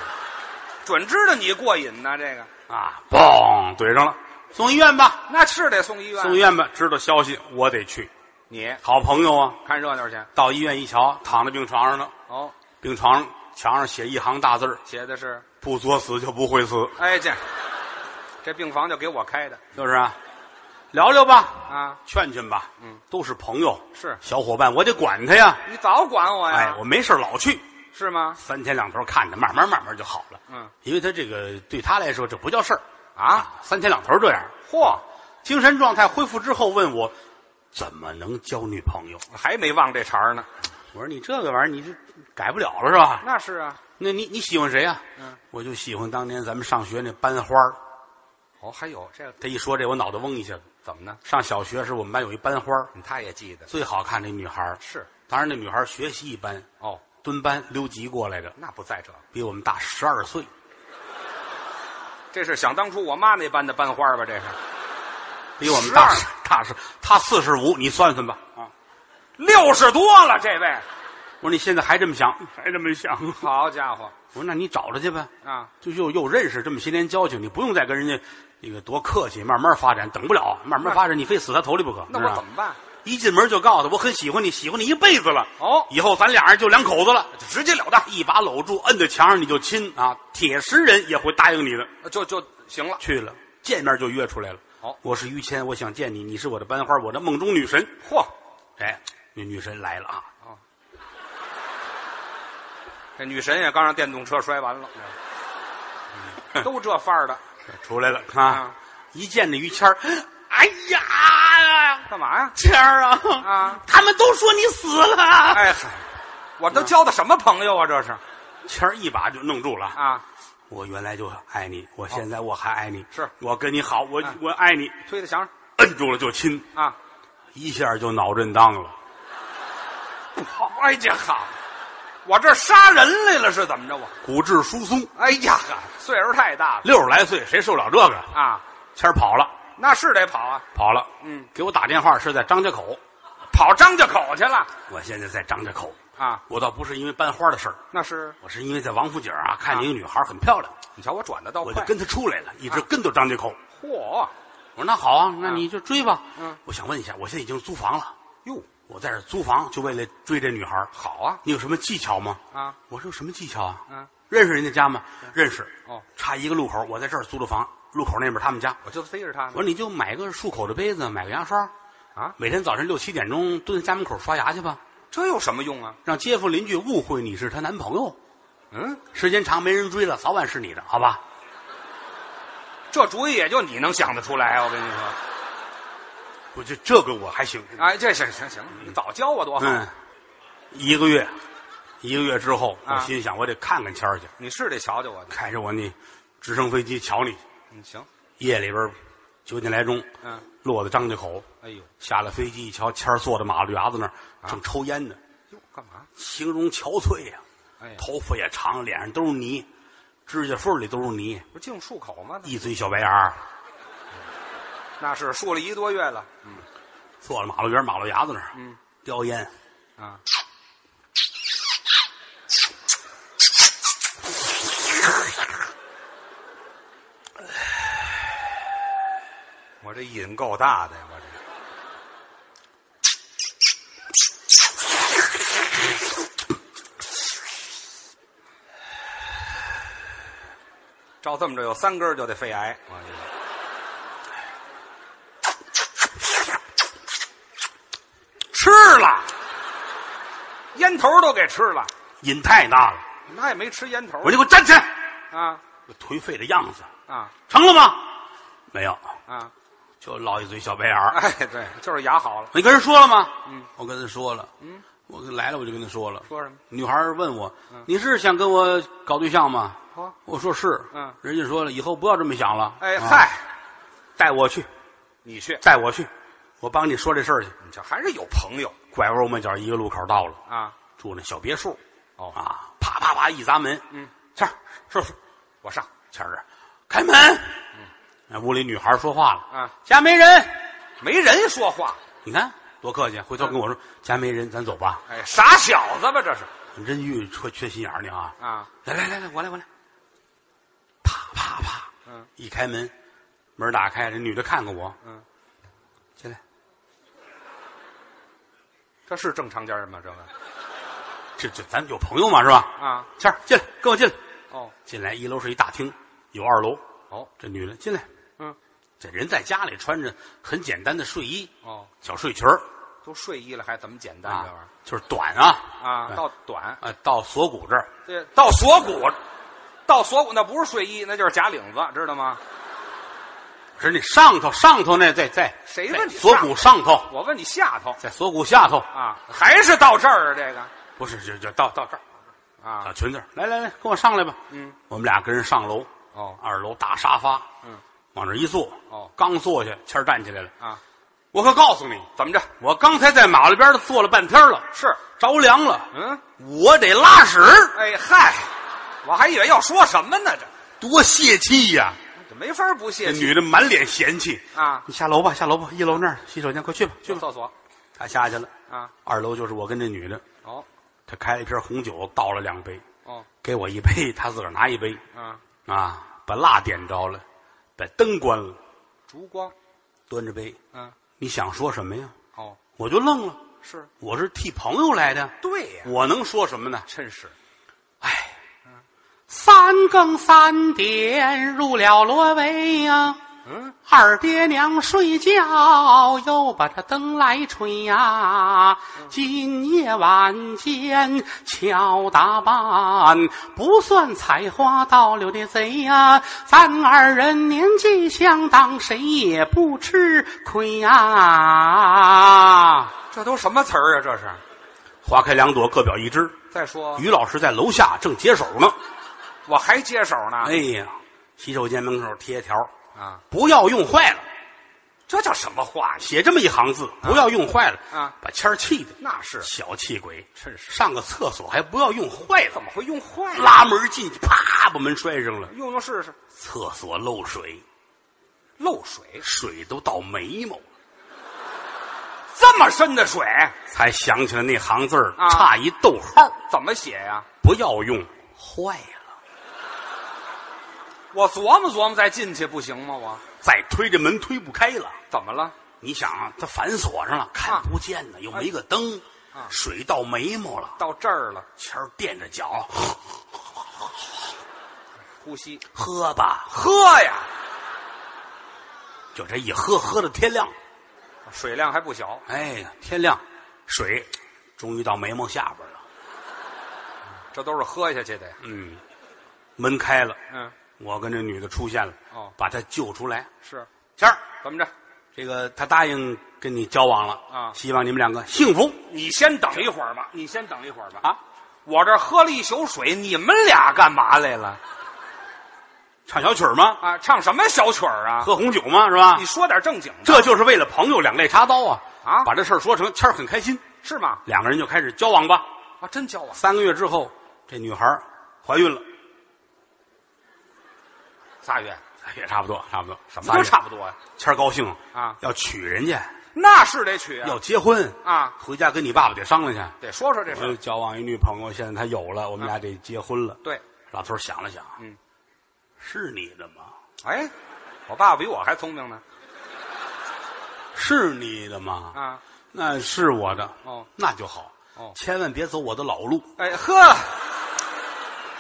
[SPEAKER 2] 准知道你过瘾呢。这个，
[SPEAKER 1] 啊，嘣，怼上了，送医院吧，
[SPEAKER 2] 那是得送医院。
[SPEAKER 1] 送医院吧。知道消息，我得去。
[SPEAKER 2] 你
[SPEAKER 1] 好朋友啊，
[SPEAKER 2] 看热闹去。
[SPEAKER 1] 到医院一瞧，躺在病床上呢，
[SPEAKER 2] 哦，
[SPEAKER 1] 病床上墙上写一行大字儿
[SPEAKER 2] 写的是，
[SPEAKER 1] 不作死就不会死，
[SPEAKER 2] 哎，这这病房就给我开的
[SPEAKER 1] 就是啊，聊聊吧，
[SPEAKER 2] 啊。
[SPEAKER 1] 劝劝吧，
[SPEAKER 2] 嗯，
[SPEAKER 1] 都是朋友，
[SPEAKER 2] 是
[SPEAKER 1] 小伙伴，我得管他呀。
[SPEAKER 2] 你早管我呀？
[SPEAKER 1] 哎，我没事儿老去，
[SPEAKER 2] 是吗？
[SPEAKER 1] 三天两头看他，慢慢慢慢就好了。
[SPEAKER 2] 嗯，
[SPEAKER 1] 因为他这个对他来说这不叫事儿
[SPEAKER 2] 啊，，
[SPEAKER 1] 三天两头这样。
[SPEAKER 2] 嚯，
[SPEAKER 1] 精神状态恢复之后问我，怎么能交女朋友？
[SPEAKER 2] 还没忘这茬儿呢。
[SPEAKER 1] 我说你这个玩意儿你是改不了了是吧？
[SPEAKER 2] 那是啊，
[SPEAKER 1] 那你你喜欢谁啊？
[SPEAKER 2] 嗯，
[SPEAKER 1] 我就喜欢当年咱们上学那班花儿
[SPEAKER 2] 哦，还有这个
[SPEAKER 1] 他一说这，我脑袋嗡一下子。
[SPEAKER 2] 怎么呢？
[SPEAKER 1] 上小学时，我们班有一班花儿
[SPEAKER 2] 嗯他也记得
[SPEAKER 1] 最好看的女孩儿
[SPEAKER 2] 是
[SPEAKER 1] 当然那女孩儿学习一般，
[SPEAKER 2] 哦，
[SPEAKER 1] 蹲班留级过来的，
[SPEAKER 2] 那不在这。
[SPEAKER 1] 比我们大十二岁。
[SPEAKER 2] 这是想当初我妈那班的班花吧？这是
[SPEAKER 1] 比我们大
[SPEAKER 2] 12
[SPEAKER 1] 大十，她四十五，你算算吧。啊，
[SPEAKER 2] 六十多了，这位
[SPEAKER 1] 我说你现在还这么想，还这么想？
[SPEAKER 2] 好家伙
[SPEAKER 1] 我说那你找着去呗，
[SPEAKER 2] 啊！
[SPEAKER 1] 就又又认识这么些年交情，你不用再跟人家那个多客气，慢慢发展，等不了，慢慢发展，你非死他头里不可。
[SPEAKER 2] 那
[SPEAKER 1] 知道吗
[SPEAKER 2] 我怎么办？
[SPEAKER 1] 一进门就告诉他我很喜欢你，喜欢你一辈子了。
[SPEAKER 2] 哦
[SPEAKER 1] 以后咱俩人就两口子了，直截了当，一把搂住，摁在墙上你就亲啊，铁石人也会答应你的。
[SPEAKER 2] 就就行了。
[SPEAKER 1] 去了，见面就约出来了。
[SPEAKER 2] 好
[SPEAKER 1] 我是于谦，我想见你，你是我的班花，我的梦中女神。
[SPEAKER 2] 嚯，
[SPEAKER 1] 哎，那女神来了啊，
[SPEAKER 2] 这女神也刚让电动车摔完了，嗯 [laughs] 都这范儿的
[SPEAKER 1] 出来了啊
[SPEAKER 2] 啊，
[SPEAKER 1] 一见那于谦儿哎呀，
[SPEAKER 2] 干嘛呀？
[SPEAKER 1] 谦儿啊
[SPEAKER 2] 啊，
[SPEAKER 1] 他们都说你死了。哎，
[SPEAKER 2] 哎，嗨我都交的什么朋友啊？这是
[SPEAKER 1] 谦儿一把就弄住了啊。
[SPEAKER 2] 啊，
[SPEAKER 1] 我原来就爱你，我现在我还爱你，
[SPEAKER 2] 是
[SPEAKER 1] 我跟你好，我
[SPEAKER 2] 嗯
[SPEAKER 1] 我爱你，
[SPEAKER 2] 推在墙上
[SPEAKER 1] 摁住了就亲，
[SPEAKER 2] 啊！
[SPEAKER 1] 一下就脑震荡了。
[SPEAKER 2] 哎呀哈，我这杀人来了是怎么着？我
[SPEAKER 1] 骨质疏松，
[SPEAKER 2] 哎呀哈，岁数太大了
[SPEAKER 1] 六十来岁谁受了这个？
[SPEAKER 2] 啊，
[SPEAKER 1] 谦儿跑了，
[SPEAKER 2] 那是得跑啊，
[SPEAKER 1] 跑了。
[SPEAKER 2] 嗯，
[SPEAKER 1] 给我打电话是在张家口，
[SPEAKER 2] 跑张家口去了
[SPEAKER 1] 我现在在张家口。
[SPEAKER 2] 啊，
[SPEAKER 1] 我倒不是因为班花的事儿，
[SPEAKER 2] 那是
[SPEAKER 1] 我是因为在王府井啊看见一个女孩很漂亮，
[SPEAKER 2] 你瞧我转的倒
[SPEAKER 1] 我
[SPEAKER 2] 快
[SPEAKER 1] 就，跟她出来了，一直跟到张家口。
[SPEAKER 2] 嚯
[SPEAKER 1] 我说那好啊，那
[SPEAKER 2] 嗯
[SPEAKER 1] 你就追吧。
[SPEAKER 2] 嗯，
[SPEAKER 1] 我想问一下，我现在已经租房了，
[SPEAKER 2] 哟，
[SPEAKER 1] 我在这儿租房就为了追这女孩儿，
[SPEAKER 2] 好啊
[SPEAKER 1] 你有什么技巧吗？
[SPEAKER 2] 啊，
[SPEAKER 1] 我说有什么技巧啊？
[SPEAKER 2] 嗯，
[SPEAKER 1] 认识人家家吗？认识。
[SPEAKER 2] 哦，
[SPEAKER 1] 差一个路口，我在这儿租的房，路口那边他们家。
[SPEAKER 2] 我就逮着他
[SPEAKER 1] 我说你就买个漱口的杯子，买个牙刷，
[SPEAKER 2] 啊，
[SPEAKER 1] 每天早晨六七点钟蹲在家门口刷牙去吧，
[SPEAKER 2] 这有什么用啊？
[SPEAKER 1] 让街坊邻居误会你是她男朋友。
[SPEAKER 2] 嗯，
[SPEAKER 1] 时间长没人追了，早晚是你的，好吧？
[SPEAKER 2] 这主意也就你能想得出来，我跟你说。
[SPEAKER 1] 我就这个我还行。
[SPEAKER 2] 哎，这行行行，你早教我多好。
[SPEAKER 1] 嗯，一个月，一个月之后，我
[SPEAKER 2] 啊
[SPEAKER 1] 心想我得看看谦儿去，
[SPEAKER 2] 你是得瞧瞧我去。
[SPEAKER 1] 开着我那直升飞机瞧你，
[SPEAKER 2] 嗯，行，
[SPEAKER 1] 夜里边九点来钟，
[SPEAKER 2] 嗯，
[SPEAKER 1] 落在张家口，
[SPEAKER 2] 哎呦，
[SPEAKER 1] 下了飞机一瞧，谦儿坐在马路牙子那儿
[SPEAKER 2] 啊
[SPEAKER 1] 正抽烟呢，
[SPEAKER 2] 哟，干嘛？
[SPEAKER 1] 形容憔悴呀、
[SPEAKER 2] 哎呀，
[SPEAKER 1] 头发也长，脸上都是泥，指甲缝里都是泥，
[SPEAKER 2] 不净漱口吗？
[SPEAKER 1] 一嘴小白牙儿，
[SPEAKER 2] 那是漱了一个多月了。
[SPEAKER 1] 坐在马路边马路牙子那儿，
[SPEAKER 2] 嗯，
[SPEAKER 1] 叼烟，
[SPEAKER 2] 啊，我这瘾够大的呀，我这。照这么着，有三根儿就得肺癌。我跟你说
[SPEAKER 1] 吃了，
[SPEAKER 2] 烟头都给吃了，
[SPEAKER 1] 瘾太大了，
[SPEAKER 2] 那也没吃烟头
[SPEAKER 1] 我就给我站起来，
[SPEAKER 2] 啊
[SPEAKER 1] 我颓废的样子，
[SPEAKER 2] 啊
[SPEAKER 1] 成了吗？没有，
[SPEAKER 2] 啊！
[SPEAKER 1] 就落一嘴小白牙儿。
[SPEAKER 2] 哎，对，就是牙好了。
[SPEAKER 1] 你跟人说了吗？
[SPEAKER 2] 嗯，
[SPEAKER 1] 我跟他说了。
[SPEAKER 2] 嗯，
[SPEAKER 1] 我来了我就跟他说了。
[SPEAKER 2] 说什么？嗯
[SPEAKER 1] 女孩儿问我：“你是想跟我搞对象吗
[SPEAKER 2] 好，？”
[SPEAKER 1] 我说是。
[SPEAKER 2] 哦嗯，
[SPEAKER 1] 人家说了，以后不要这么想了。
[SPEAKER 2] 哎
[SPEAKER 1] 啊，
[SPEAKER 2] 嗨，
[SPEAKER 1] 带我去，
[SPEAKER 2] 你去，
[SPEAKER 1] 带我去，我帮你说这事儿去。
[SPEAKER 2] 你这还是有朋友
[SPEAKER 1] 拐弯抹角，一个路口到了，
[SPEAKER 2] 啊？
[SPEAKER 1] 住那小别墅。
[SPEAKER 2] 哦
[SPEAKER 1] 啊，啪啪啪一砸门，
[SPEAKER 2] 嗯，
[SPEAKER 1] 谦儿，是是，
[SPEAKER 2] 我上
[SPEAKER 1] 谦儿啊，开门。那屋里女孩说话了，
[SPEAKER 2] 嗯啊，
[SPEAKER 1] 家没人。
[SPEAKER 2] 没人说话，
[SPEAKER 1] 你看多客气，回头跟我说家没人，咱走吧。
[SPEAKER 2] 哎，傻小子吧，这是
[SPEAKER 1] 真遇缺缺心眼儿你啊！
[SPEAKER 2] 啊？
[SPEAKER 1] 来来来来，我来我来。啪啪啪，
[SPEAKER 2] 嗯
[SPEAKER 1] 一开门，门打开，这女的看看我，
[SPEAKER 2] 嗯，
[SPEAKER 1] 进来，
[SPEAKER 2] 这是正常家人吗？这个
[SPEAKER 1] 这这咱有朋友嘛是吧？
[SPEAKER 2] 啊？
[SPEAKER 1] 谦儿进来，跟我进来。
[SPEAKER 2] 哦
[SPEAKER 1] 进来一楼是一大厅，有二楼。
[SPEAKER 2] 哦
[SPEAKER 1] 这女的进来，
[SPEAKER 2] 嗯
[SPEAKER 1] 这人在家里穿着很简单的睡衣、
[SPEAKER 2] 哦，
[SPEAKER 1] 小睡裙儿
[SPEAKER 2] 都睡衣了，还怎么简单这玩意
[SPEAKER 1] 啊
[SPEAKER 2] 儿，
[SPEAKER 1] 就是短啊
[SPEAKER 2] 啊？
[SPEAKER 1] 嗯
[SPEAKER 2] 到短，
[SPEAKER 1] 啊到锁骨这儿，
[SPEAKER 2] 对，到锁骨，到锁骨那不是睡衣，那就是假领子，知道吗？
[SPEAKER 1] 可是你上头上头那在在
[SPEAKER 2] 谁
[SPEAKER 1] 在
[SPEAKER 2] 问你
[SPEAKER 1] 锁
[SPEAKER 2] 上
[SPEAKER 1] 骨上头，
[SPEAKER 2] 我问你下头
[SPEAKER 1] 在锁骨下头，
[SPEAKER 2] 啊，还是到这儿啊？这个
[SPEAKER 1] 不是就就到到这儿小
[SPEAKER 2] 啊？
[SPEAKER 1] 裙子儿，来来来，跟我上来吧。
[SPEAKER 2] 嗯，
[SPEAKER 1] 我们俩跟人上楼，
[SPEAKER 2] 哦
[SPEAKER 1] 二楼大沙发，
[SPEAKER 2] 嗯，
[SPEAKER 1] 往这儿一坐，
[SPEAKER 2] 哦
[SPEAKER 1] 刚坐下，谦儿站起来了。
[SPEAKER 2] 啊，
[SPEAKER 1] 我可告诉你，
[SPEAKER 2] 怎么着？
[SPEAKER 1] 我刚才在马路边儿坐了半天了，
[SPEAKER 2] 是，
[SPEAKER 1] 着凉了，
[SPEAKER 2] 嗯，
[SPEAKER 1] 我得拉屎，
[SPEAKER 2] 哎嗨，我还以为要说什么呢，这
[SPEAKER 1] 多泄气呀、
[SPEAKER 2] 这没法
[SPEAKER 1] 这
[SPEAKER 2] 不泄气
[SPEAKER 1] 女的满脸嫌弃，
[SPEAKER 2] 啊！
[SPEAKER 1] 你下楼吧，下楼吧，一楼那儿洗手间，快去吧，去
[SPEAKER 2] 去
[SPEAKER 1] 吧。
[SPEAKER 2] 厕所
[SPEAKER 1] 她下去了，
[SPEAKER 2] 啊，
[SPEAKER 1] 二楼就是我跟这女的，
[SPEAKER 2] 哦，
[SPEAKER 1] 他开了一瓶红酒，倒了两杯，
[SPEAKER 2] 哦，
[SPEAKER 1] 给我一杯，他自个儿拿一杯
[SPEAKER 2] 啊，
[SPEAKER 1] 啊，把蜡点着了，把灯关了，
[SPEAKER 2] 烛光，
[SPEAKER 1] 端着杯，
[SPEAKER 2] 嗯，
[SPEAKER 1] 你想说什么呀？
[SPEAKER 2] 哦，
[SPEAKER 1] 我就愣了，
[SPEAKER 2] 是
[SPEAKER 1] 我是替朋友来的，
[SPEAKER 2] 对呀、
[SPEAKER 1] 我能说什么呢？
[SPEAKER 2] 真是
[SPEAKER 1] 哎，三更三点入了罗帷呀、
[SPEAKER 2] 嗯，
[SPEAKER 1] 二爹娘睡觉，又把这灯来吹呀。今夜晚间巧打扮，不算采花盗柳的贼呀。咱二人年纪相当，谁也不吃亏呀。
[SPEAKER 2] 这都什么词儿啊？这是。
[SPEAKER 1] 花开两朵，各表一枝。
[SPEAKER 2] 再说，
[SPEAKER 1] 于老师在楼下正解手呢。
[SPEAKER 2] 我还接手呢。
[SPEAKER 1] 哎呀，洗手间门口贴条，
[SPEAKER 2] 啊，
[SPEAKER 1] 不要用坏了，
[SPEAKER 2] 这叫什么话呀？
[SPEAKER 1] 写这么一行字，不要用坏了
[SPEAKER 2] 啊
[SPEAKER 1] 把谦儿气的
[SPEAKER 2] 那是，
[SPEAKER 1] 小气鬼，
[SPEAKER 2] 真是
[SPEAKER 1] 上个厕所还不要用坏
[SPEAKER 2] 怎
[SPEAKER 1] 了，
[SPEAKER 2] 么会用坏了？
[SPEAKER 1] 拉门进去，啪把门摔上了。
[SPEAKER 2] 用用试试，
[SPEAKER 1] 厕所漏水，
[SPEAKER 2] 漏水
[SPEAKER 1] 水都到眉毛了，
[SPEAKER 2] 这么深的水
[SPEAKER 1] 才想起来那行字儿
[SPEAKER 2] 啊
[SPEAKER 1] 差一逗号，
[SPEAKER 2] 怎么写呀、
[SPEAKER 1] 不要用坏了。
[SPEAKER 2] 我琢磨琢磨再进去不行吗？我
[SPEAKER 1] 再推这门推不开了，
[SPEAKER 2] 怎么了？
[SPEAKER 1] 你想啊，它反锁上了，看不见呢，又没个灯，
[SPEAKER 2] 啊
[SPEAKER 1] 水到眉毛了，
[SPEAKER 2] 到这儿了，
[SPEAKER 1] 前儿垫着脚，
[SPEAKER 2] 呼吸，
[SPEAKER 1] 喝吧，
[SPEAKER 2] 喝呀，
[SPEAKER 1] 就这一喝，喝到天亮。
[SPEAKER 2] 水量还不小，
[SPEAKER 1] 哎呀，天亮，水终于到眉毛下边了。
[SPEAKER 2] 这都是喝下去的呀。
[SPEAKER 1] 嗯，门开了，
[SPEAKER 2] 嗯，
[SPEAKER 1] 我跟这女的出现了，
[SPEAKER 2] 哦
[SPEAKER 1] 把她救出来。
[SPEAKER 2] 是，
[SPEAKER 1] 谦儿，
[SPEAKER 2] 怎么着？
[SPEAKER 1] 这个她答应跟你交往了
[SPEAKER 2] 啊
[SPEAKER 1] 希望你们两个幸福
[SPEAKER 2] 你先等一会儿吧，你先等一会儿吧。
[SPEAKER 1] 啊！
[SPEAKER 2] 我这喝了一宿水，你们俩干嘛来了？
[SPEAKER 1] 唱小曲儿吗？
[SPEAKER 2] 啊，唱什么小曲儿啊？
[SPEAKER 1] 喝红酒吗？是吧
[SPEAKER 2] 你？说点正经的，
[SPEAKER 1] 这就是为了朋友两肋插刀啊！
[SPEAKER 2] 啊
[SPEAKER 1] 把这事儿说成，谦儿很开心，
[SPEAKER 2] 是吗？
[SPEAKER 1] 两个人就开始交往吧。
[SPEAKER 2] 啊，真教啊！
[SPEAKER 1] 三个月之后，这女孩儿怀孕了，
[SPEAKER 2] 仨月，
[SPEAKER 1] 哎也差不多，差不多。
[SPEAKER 2] 什
[SPEAKER 1] 什
[SPEAKER 2] 么叫差不多呀、
[SPEAKER 1] 谦儿高兴
[SPEAKER 2] 啊
[SPEAKER 1] 要娶人家，
[SPEAKER 2] 那是得娶啊
[SPEAKER 1] 要结婚，
[SPEAKER 2] 啊！
[SPEAKER 1] 回家跟你爸爸得商量去。
[SPEAKER 2] 得说说这事
[SPEAKER 1] 我
[SPEAKER 2] 儿。
[SPEAKER 1] 交往一女朋友，现在她有了，我们俩得结婚了。
[SPEAKER 2] 对，
[SPEAKER 1] 老头儿想了想，
[SPEAKER 2] 啊嗯，
[SPEAKER 1] 是你的吗？
[SPEAKER 2] 哎，我爸爸比我还聪明呢
[SPEAKER 1] 是你的吗？
[SPEAKER 2] 啊！
[SPEAKER 1] 那是我的，
[SPEAKER 2] 哦，
[SPEAKER 1] 那就好，
[SPEAKER 2] 哦
[SPEAKER 1] 千万别走我的老路，
[SPEAKER 2] 哎呵，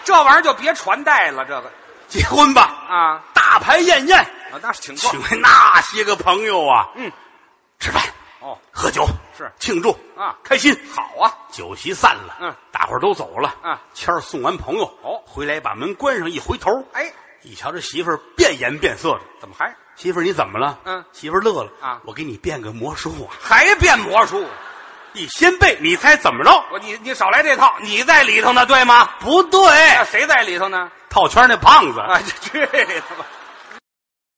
[SPEAKER 2] 这玩意儿就别传代了，这个
[SPEAKER 1] 结婚吧，
[SPEAKER 2] 啊
[SPEAKER 1] 大排宴宴，
[SPEAKER 2] 啊，那是请客
[SPEAKER 1] 请来那些个朋友啊，
[SPEAKER 2] 嗯，
[SPEAKER 1] 吃饭
[SPEAKER 2] 哦
[SPEAKER 1] 喝酒
[SPEAKER 2] 是
[SPEAKER 1] 庆祝，
[SPEAKER 2] 啊，
[SPEAKER 1] 开心。
[SPEAKER 2] 好啊，
[SPEAKER 1] 酒席散了，
[SPEAKER 2] 嗯，
[SPEAKER 1] 大伙儿都走了，
[SPEAKER 2] 嗯，
[SPEAKER 1] 谦儿送完朋友，
[SPEAKER 2] 哦
[SPEAKER 1] 回来把门关上，一回头，
[SPEAKER 2] 哎，
[SPEAKER 1] 一瞧这媳妇儿变颜变色的，
[SPEAKER 2] 怎么还
[SPEAKER 1] 媳妇儿你怎么了？
[SPEAKER 2] 嗯
[SPEAKER 1] 媳妇儿乐了
[SPEAKER 2] 啊
[SPEAKER 1] 我给你变个魔术啊，
[SPEAKER 2] 还变魔术？
[SPEAKER 1] 一掀被，你猜怎么着？
[SPEAKER 2] 我你你少来这套，你在里头呢，对吗？哎
[SPEAKER 1] 不对，
[SPEAKER 2] 啊那谁在里头呢？哎
[SPEAKER 1] 套圈那胖子，
[SPEAKER 2] 啊，这去你的吧！